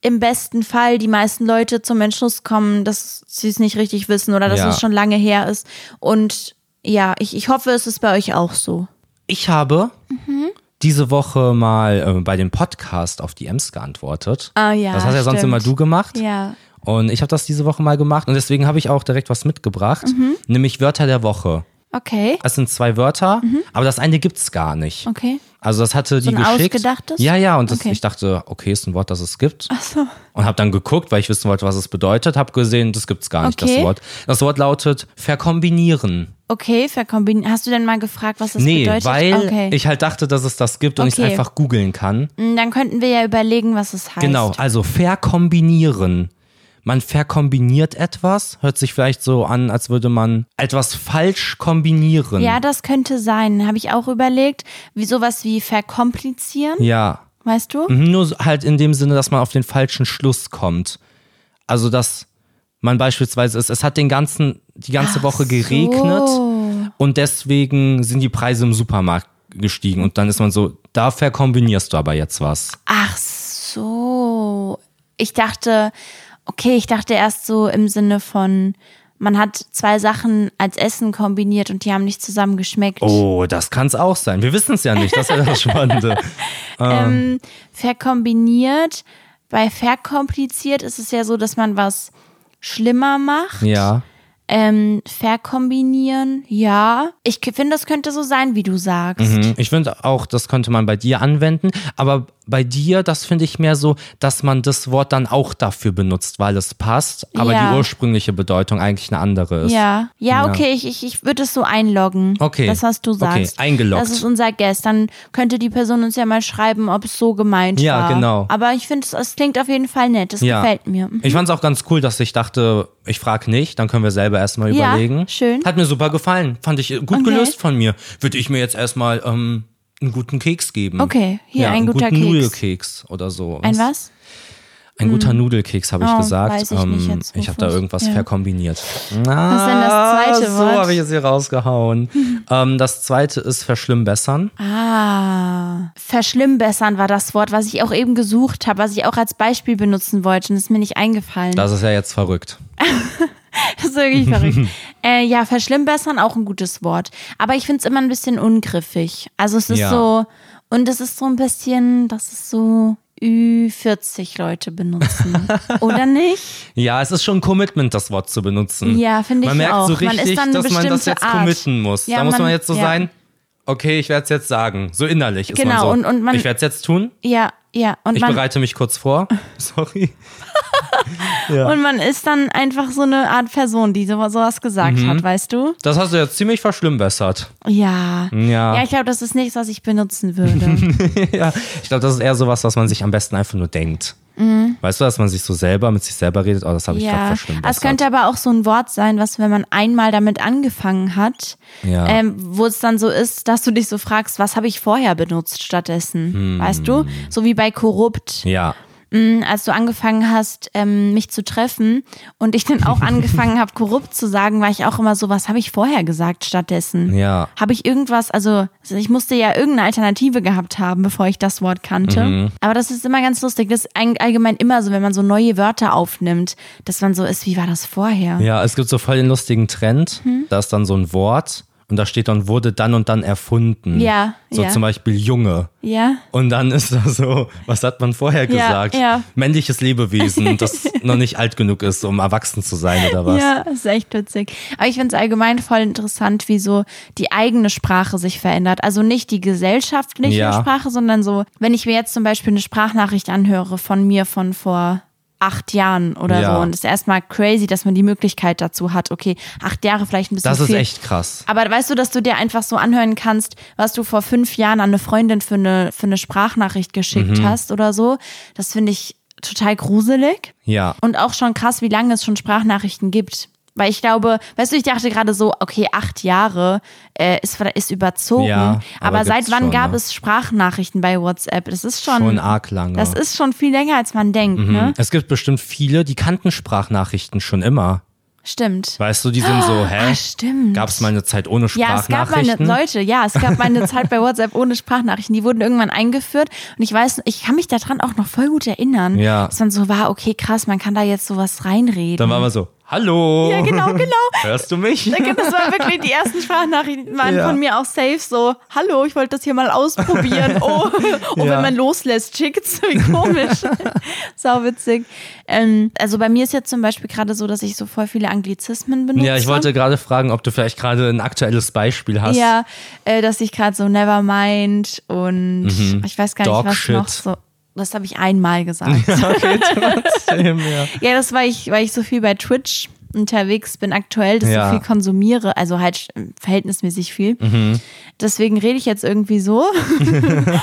im besten Fall die meisten Leute zum Entschluss kommen, dass sie es nicht richtig wissen oder dass Ja. es schon lange her ist. Und ja, ich, ich hoffe, es ist bei euch auch so. Ich habe Mhm. diese Woche mal äh, bei dem Podcast auf DMs geantwortet. Ah, ja, Das hast ja sonst stimmt. immer du gemacht. Ja. Und ich habe das diese Woche mal gemacht und deswegen habe ich auch direkt was mitgebracht, Mhm. nämlich Wörter der Woche. Okay. Das sind zwei Wörter, Mhm. aber das eine gibt's gar nicht. Okay. Also das hatte die ein geschickt. ausgedachtes? Ja, ja, und das, Okay. Ah. ich dachte, okay, ist ein Wort, das es gibt. Ach so. Und habe dann geguckt, weil ich wissen wollte, was es bedeutet, habe gesehen, das gibt's gar nicht, das Okay. Wort. Das Wort lautet verkombinieren. Okay, verkombinieren. Hast du denn mal gefragt, was das nee, bedeutet? weil okay. ich halt dachte, dass es das gibt und ich Okay. einfach googeln kann. Mm, Dann könnten wir ja überlegen, was es heißt. Genau, also verkombinieren. Man verkombiniert etwas, hört sich vielleicht so an, als würde man etwas falsch kombinieren. Ja, das könnte sein. Habe ich auch überlegt. Wie sowas wie verkomplizieren, ja. weißt du? Nur so- halt in dem Sinne, dass man auf den falschen Schluss kommt. Also, dass man beispielsweise ist, es hat den ganzen, die ganze Woche geregnet und deswegen sind die Preise im Supermarkt gestiegen und dann ist man so, da verkombinierst du aber jetzt was. Ach so. Ich dachte, okay, ich dachte erst so im Sinne von, man hat zwei Sachen als Essen kombiniert und die haben nicht zusammen geschmeckt. Oh, das kann es auch sein. Wir wissen es ja nicht, das ist ja das *laughs* Spannende. Verkombiniert. Bei verkompliziert ist es ja so, dass man was schlimmer macht. ja. Ähm, verkombinieren, ja. Ich k- finde, das könnte so sein, wie du sagst. Mhm. Ich finde auch, das könnte man bei dir anwenden, aber bei dir, das finde ich mehr so, dass man das Wort dann auch dafür benutzt, weil es passt, aber Ja. die ursprüngliche Bedeutung eigentlich eine andere ist. Ja. ja, Ja. okay, ich, ich, ich würde es so einloggen. Okay. Das, was du Okay, sagst. eingeloggt. Das ist unser Guest. Dann könnte die Person uns ja mal schreiben, ob es so gemeint Ja, war. genau. Aber ich finde, es- es klingt auf jeden Fall nett. Das Ja. gefällt mir. Mhm. Ich fand es auch ganz cool, dass ich dachte, ich frage nicht, dann können wir selber erstmal Ja, überlegen. schön. Hat mir super gefallen. Fand ich gut Okay. gelöst von mir. Würde ich mir jetzt erstmal ähm, einen guten Keks geben. Okay, hier ja, ein einen guter guten Keks. Nudelkeks oder so. Ein was? Ein guter Nudelkeks, habe ich Oh, gesagt. Ähm, weiß ich nicht jetzt, ich habe da wovon- irgendwas ja. verkombiniert. das zweite Ah, so Wort? habe ich es hier *laughs* rausgehauen. ähm, das zweite ist verschlimmbessern. Ah, verschlimmbessern war das Wort, was ich auch eben gesucht habe, was ich auch als Beispiel benutzen wollte und ist mir nicht eingefallen. Das ist ja jetzt verrückt. Das ist *laughs* wirklich verrückt. äh, ja, verschlimmbessern auch ein gutes Wort. Aber ich finde es immer ein bisschen ungriffig. Also es ist Ja. so, und es ist so ein bisschen, dass es so Ü40 Leute *laughs* benutzen. Oder nicht? Ja, es ist schon ein Commitment, das Wort zu benutzen. Ja, finde ich Man merkt auch. so Man ist richtig, dann eine dass man das bestimmte jetzt Art. committen muss. Ja, da muss man, man- jetzt so ja. sein, okay, ich werde es jetzt sagen. So innerlich ist man Genau, so. und- und man- ich werde es jetzt tun. Ja, ja. Und Ich man, bereite mich kurz *laughs* vor. Sorry. und man ist dann einfach so eine Art Person, die so, sowas gesagt Mhm. hat, weißt du? Das hast du jetzt ziemlich verschlimmbessert. Ja. Ja. *laughs* Ja, ich glaube, das ist nichts, was ich benutzen würde. ja. Ich glaube, das ist eher sowas, was man sich am besten einfach nur denkt. Weißt du, dass man sich so selber mit sich selber redet, oh, das habe ich gerade Mhm. ja. Ah, verschlimmbessert. Es könnte aber auch so ein Wort sein, was, wenn man einmal damit angefangen hat, Ja. ähm, wo es dann so ist, dass du dich so fragst, was habe ich vorher benutzt stattdessen? Hm. Weißt du? So wie bei korrupt. ja. Mm, als du angefangen hast, ähm, mich zu treffen und ich dann *laughs* auch angefangen habe, korrupt zu sagen, war ich auch immer so, was habe ich vorher gesagt stattdessen? Ja. Habe ich irgendwas, also also ich musste ja irgendeine Alternative gehabt haben, bevor ich das Wort kannte. Mhm. Aber das ist immer ganz lustig. Das ist eigentlich allgemein immer so, wenn man so neue Wörter aufnimmt, dass man so ist, wie war das vorher? Ja, es gibt so voll den lustigen Trend. Mhm. Da ist dann so ein Wort und da steht dann, wurde dann und dann erfunden. Ja, So ja. zum Beispiel Junge. Ja? Und dann ist da so, was hat man vorher gesagt? ja. Männliches *laughs* Lebewesen, das noch nicht alt genug ist, um erwachsen zu sein oder was? Ja, ist echt witzig. Aber ich finde es allgemein voll interessant, wie so die eigene Sprache sich verändert. Also nicht die gesellschaftliche Ja. Sprache, sondern so, wenn ich mir jetzt zum Beispiel eine Sprachnachricht anhöre von mir von vor acht Jahren oder Ja. so. Und es ist erstmal crazy, dass man die Möglichkeit dazu hat. Okay, acht Jahre vielleicht ein bisschen Das ist viel. echt krass. Aber weißt du, dass du dir einfach so anhören kannst, was du vor fünf Jahren an eine Freundin für eine, für eine Sprachnachricht Mhm. geschickt hast oder so? Das finde ich total gruselig. Ja. Und auch schon krass, wie lange es schon Sprachnachrichten gibt. Weil ich glaube, weißt du, ich dachte gerade so, okay, acht Jahre äh, ist, ist überzogen. Ja, aber aber seit gibt's wann schon, gab ne? es Sprachnachrichten bei WhatsApp? Das ist schon, Schon arg lange. Mhm. das ist schon viel länger, als man denkt, ne? Es gibt bestimmt viele, die kannten Sprachnachrichten schon immer. Stimmt. Weißt du, die sind so, hä? Ah, stimmt. Gab es mal eine Zeit ohne Ja, es gab mal Sprachnachrichten? eine, Leute, ja, es gab *laughs* mal eine Zeit bei WhatsApp ohne Sprachnachrichten. Die wurden irgendwann eingeführt und ich weiß, ich kann mich daran auch noch voll gut erinnern, Ja. dass man so war, okay, krass, man kann da jetzt sowas reinreden. Dann war man so, hallo. ja, *laughs* genau, genau. Hörst du mich? Das war wirklich die ersten Sprachnachrichten waren Ja. von mir auch safe so, hallo, ich wollte das hier mal *laughs* ausprobieren. Oh, oh Ja. wenn man loslässt, schickt's, wie *laughs* komisch. Sau witzig. Ähm, also bei mir ist jetzt zum Beispiel gerade so, dass ich so voll viele Anglizismen benutze. Ja, ich wollte gerade fragen, ob du vielleicht gerade ein aktuelles Beispiel hast. *laughs* Ja, äh, dass ich gerade so Nevermind und Mhm. ich weiß gar nicht, was Dogshit. noch so. Das habe ich einmal gesagt. Same, ja. ja, das war ich, weil ich so viel bei Twitch unterwegs bin aktuell, dass Ja. so viel konsumiere, also halt äh, verhältnismäßig viel. Mhm. Deswegen rede ich jetzt *laughs* irgendwie so. und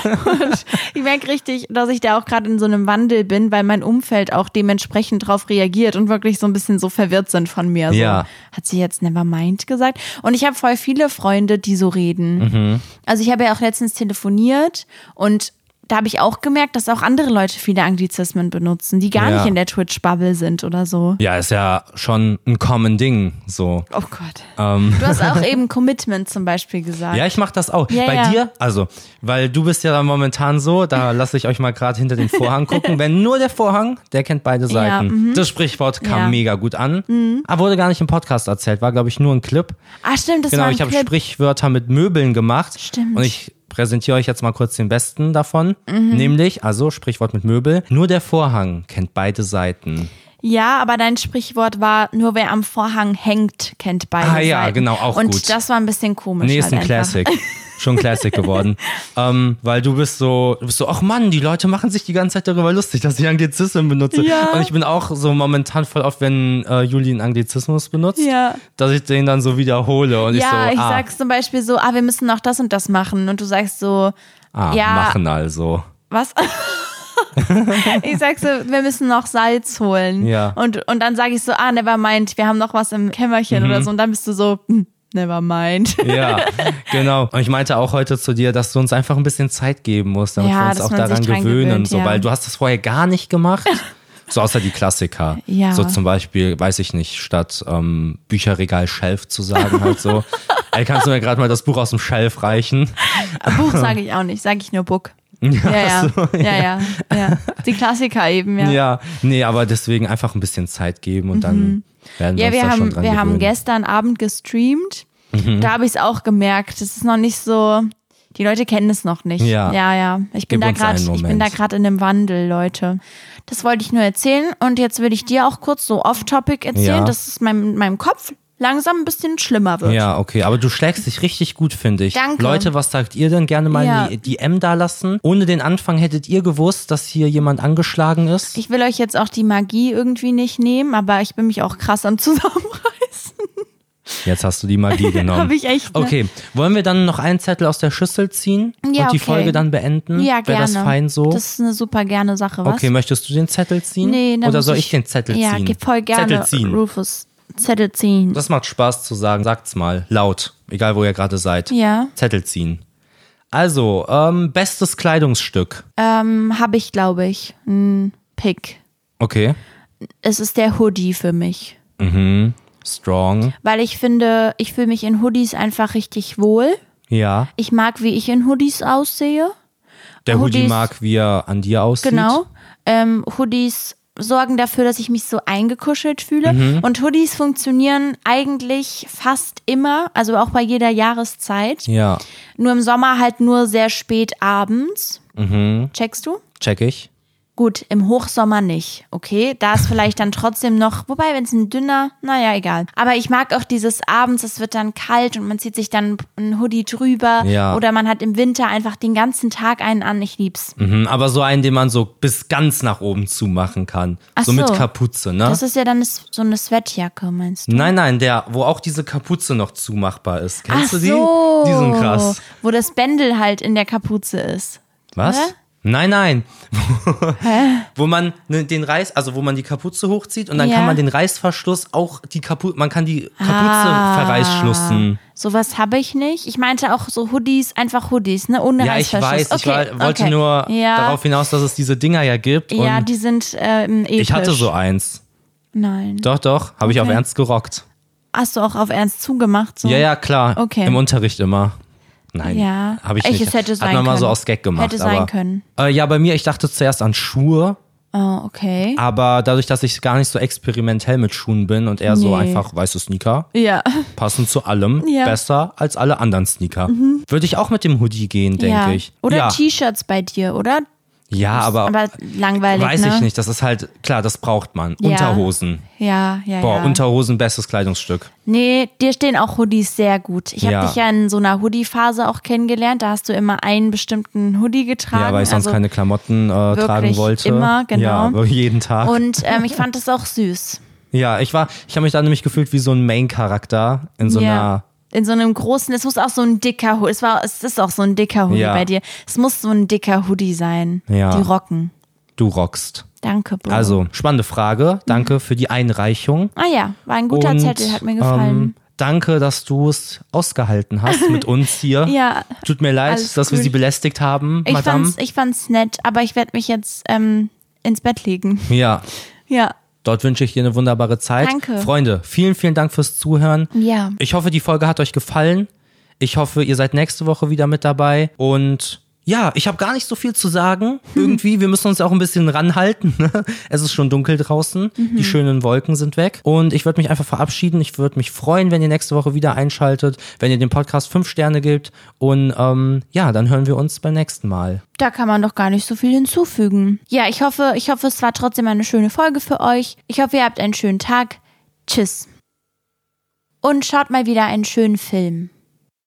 ich merke richtig, dass ich da auch gerade in so einem Wandel bin, weil mein Umfeld auch dementsprechend drauf reagiert und wirklich so ein bisschen so verwirrt sind von mir. So, Ja. Hat sie jetzt Nevermind gesagt? Und ich habe voll viele Freunde, die so reden. Also ich habe ja auch letztens telefoniert und da habe ich auch gemerkt, dass auch andere Leute viele Anglizismen benutzen, die gar Ja. nicht in der Twitch-Bubble sind oder so. ja, ist ja schon ein common Ding. So. Oh Gott. Du hast auch eben Commitment zum Beispiel gesagt. Ähm. Ja, ich mach das auch. Ja, Bei ja. dir, also, weil du bist ja dann momentan so, da lasse ich euch mal gerade hinter den *laughs* Vorhang gucken. Wenn nur der Vorhang, der kennt beide Seiten. Das Sprichwort kam mhm. Ja. mega gut an. Aber wurde gar nicht im Podcast erzählt, war, glaube ich, nur ein Clip. ah, stimmt, das war Genau, ein ich habe Clip. Sprichwörter mit Möbeln gemacht. Stimmt. Mhm. Und ich präsentiere euch jetzt mal kurz den besten davon. Nämlich, also Sprichwort mit Möbel, nur der Vorhang kennt beide Seiten. Ja, aber dein Sprichwort war, nur wer am Vorhang hängt, kennt beide Ah, ja, Seiten. genau, auch Und gut. das war ein bisschen komisch. Nee, halt ist ein einfach. Classic. Schon *laughs* Classic geworden. ähm, weil du bist so, du bist so, ach Mann, die Leute machen sich die ganze Zeit darüber lustig, dass ich Anglizismen benutze. Ja. Und ich bin auch so momentan voll oft, wenn äh, Juli einen Anglizismus benutzt, Ja. dass ich den dann so wiederhole. Und Ja, ich so, ich ah, sag's zum Beispiel so, ah, wir müssen noch das und das machen. Und du sagst so, ah ja, machen also. Was? *laughs* ich sag so, wir müssen noch Salz holen. Ja. Und, und dann sage ich so, ah, never mind, wir haben noch was im Kämmerchen oder so. Und dann bist du so, hm, never mind. Ja, genau. Und ich meinte auch heute zu dir, dass du uns einfach ein bisschen Zeit geben musst, damit Ja, wir uns dass auch man sich daran dran gewöhnen, gewöhnt, so, ja. *laughs* weil du hast das vorher gar nicht gemacht. So außer die Klassiker. Ja. So zum Beispiel, weiß ich nicht, statt ähm, Bücherregal Shelf zu sagen, halt *laughs* so. Ey, kannst du mir gerade mal das Buch aus dem Shelf reichen? *laughs* Buch sage ich auch nicht, sage ich nur Book. Ja, ja, ja, ja, ja. Die Klassiker eben, ja. Ja. nee, aber deswegen einfach ein bisschen Zeit geben und dann werden wir Mhm. Ja, uns wir da schon haben, dran Mhm. wir haben gewöhnen. gestern Abend gestreamt. Da habe ich es auch gemerkt. Es ist noch nicht so. Die Leute kennen es noch nicht. Ja. ja. ja. Ich bin Gib da uns gerade, einen ich bin Moment. da gerade in einem Wandel, Leute. Das wollte ich nur erzählen und jetzt will ich dir auch kurz so off-topic erzählen, Ja. dass es meinem, meinem Kopf langsam ein bisschen schlimmer wird. Ja, okay, aber du schlägst dich richtig gut, finde ich. Danke. Leute, was sagt ihr denn? Gerne mal Ja. die, die M da lassen. Ohne den Anfang hättet ihr gewusst, dass hier jemand angeschlagen ist. Ich will euch jetzt auch die Magie irgendwie nicht nehmen, aber ich bin mich auch krass am Zusammenreißen. Jetzt hast du die Magie genommen. *laughs* Hab ich echt, ne? Okay, wollen wir dann noch einen Zettel aus der Schüssel ziehen Ja, und die okay. Folge dann beenden? ne? Ja, gerne. Wäre das fein so? Das ist eine super gerne Sache, was? okay, möchtest du den Zettel ziehen? Nee, dann Oder muss soll ich, ich, den Zettel ja, ziehen? Ja, voll gerne. Zettel ziehen. Rufus, Zettel ziehen. Das macht Spaß zu sagen. Sagt's mal laut, egal wo ihr gerade seid. Ja. Zettel ziehen. Also, ähm, bestes Kleidungsstück. Ähm, habe ich, glaube ich, ein Pick. Okay. Es ist der Hoodie für mich. Strong. Weil ich finde, ich fühle mich in Hoodies einfach richtig wohl. Ja. Ich mag, wie ich in Hoodies aussehe. Der Hoodie Hoodies- mag, wie er an dir aussieht. Genau. Ähm, Hoodies sorgen dafür, dass ich mich so eingekuschelt fühle. Mhm. Und Hoodies funktionieren eigentlich fast immer, also auch bei jeder Jahreszeit. Ja, Nur im Sommer halt nur sehr spät abends. Mhm. Checkst du? check ich. Gut, im Hochsommer nicht, okay? Da ist vielleicht dann trotzdem noch, wobei, wenn es ein dünner, naja, egal. Aber ich mag auch dieses abends, es wird dann kalt und man zieht sich dann ein Hoodie drüber. Ja. Oder man hat im Winter einfach den ganzen Tag einen an. Ich lieb's. Mhm, aber so einen, den man so bis ganz nach oben zumachen kann. Ach so mit so. Kapuze, ne? Das ist ja dann so eine Sweatjacke, meinst du? Nein, nein, der, wo auch diese Kapuze noch zumachbar ist. Kennst Ach du die? so. Die sind krass. Wo das Bändel halt in der Kapuze ist. Was? Hä? Nein, nein. *laughs* wo man ne, den Reiß, also wo man die Kapuze hochzieht und dann Ja. kann man den Reißverschluss auch die Kapuze, man kann die Kapuze Ah. verreißschlussen. Sowas habe ich nicht. Ich meinte auch so Hoodies, einfach Hoodies, ne? Ohne Ja, ich Reißverschluss. weiß, ich okay, wa- wollte okay. nur ja, darauf hinaus, dass es diese Dinger ja gibt. Ja, und die sind ähm, episch. ich hatte so eins. Nein. Doch, doch, habe ich auf Okay. Ernst gerockt. Hast du auch auf Ernst zugemacht? So? Ja, ja, klar. Okay. Im Unterricht immer. Nein, Ja. habe ich Ich, nicht. es hätte Hat sein man mal so können. aus Gag gemacht. Hätte aber, sein können. Äh, ja, bei mir, ich dachte zuerst an Schuhe, Oh, okay. aber dadurch, dass ich gar nicht so experimentell mit Schuhen bin und eher so Nee. einfach weiße Sneaker, Ja. passen zu allem, Ja. Mhm. besser als alle anderen Sneaker. Würde ich auch mit dem Hoodie gehen, denke ja. ich. Oder ja. T-Shirts bei dir, oder? Ja, aber, Aber langweilig. weiß ne? ich nicht. Das ist halt, klar, das braucht man. Ja. Unterhosen. Ja, ja, Boah, ja. Unterhosen, bestes Kleidungsstück. nee, dir stehen auch Hoodies sehr gut. Ich habe Ja. dich ja in so einer Hoodie-Phase auch kennengelernt. Da hast du immer einen bestimmten Hoodie getragen. Ja, weil ich sonst also, keine Klamotten äh, tragen wollte. immer, genau. Ja, *laughs* jeden Tag. Und ähm, ich fand das auch süß. Ja, ich war, ich habe mich da nämlich gefühlt wie so ein Main-Charakter in *laughs* so einer. In so einem großen, es muss auch so ein dicker Hoodie, es, war, es ist auch so ein dicker Hoodie Ja. bei dir. Es muss so ein dicker Hoodie sein. Ja. Die rocken. Du rockst. Danke, Bro. Also, spannende Frage. Danke für die Einreichung. Ah ja, war ein Mhm. guter Und, Zettel, hat mir gefallen. Ähm, danke, dass du es ausgehalten *laughs* hast mit uns hier. Ja. Tut mir leid, Alles dass wir gut. sie belästigt haben, ich, Madame. fand's, ich fand's nett, aber ich werde mich jetzt ähm, ins Bett legen. *laughs* Ja. Ja. Dort wünsche ich dir eine wunderbare Zeit. Danke. Freunde, vielen, vielen Dank fürs Zuhören. Ja. Ich hoffe, die Folge hat euch gefallen. Ich hoffe, ihr seid nächste Woche wieder mit dabei. Und ja, ich habe gar nicht so viel zu sagen. Irgendwie, wir müssen uns auch ein bisschen ranhalten. ne? Es ist schon dunkel draußen. Die schönen Wolken sind weg. Und ich würde mich einfach verabschieden. Ich würde mich freuen, wenn ihr nächste Woche wieder einschaltet, wenn ihr dem Podcast fünf Sterne gebt. Und ähm, ja, dann hören wir uns beim nächsten Mal. Da kann man doch gar nicht so viel hinzufügen. Ja, ich hoffe, ich hoffe, es war trotzdem eine schöne Folge für euch. Ich hoffe, ihr habt einen schönen Tag. Tschüss. Und schaut mal wieder einen schönen Film.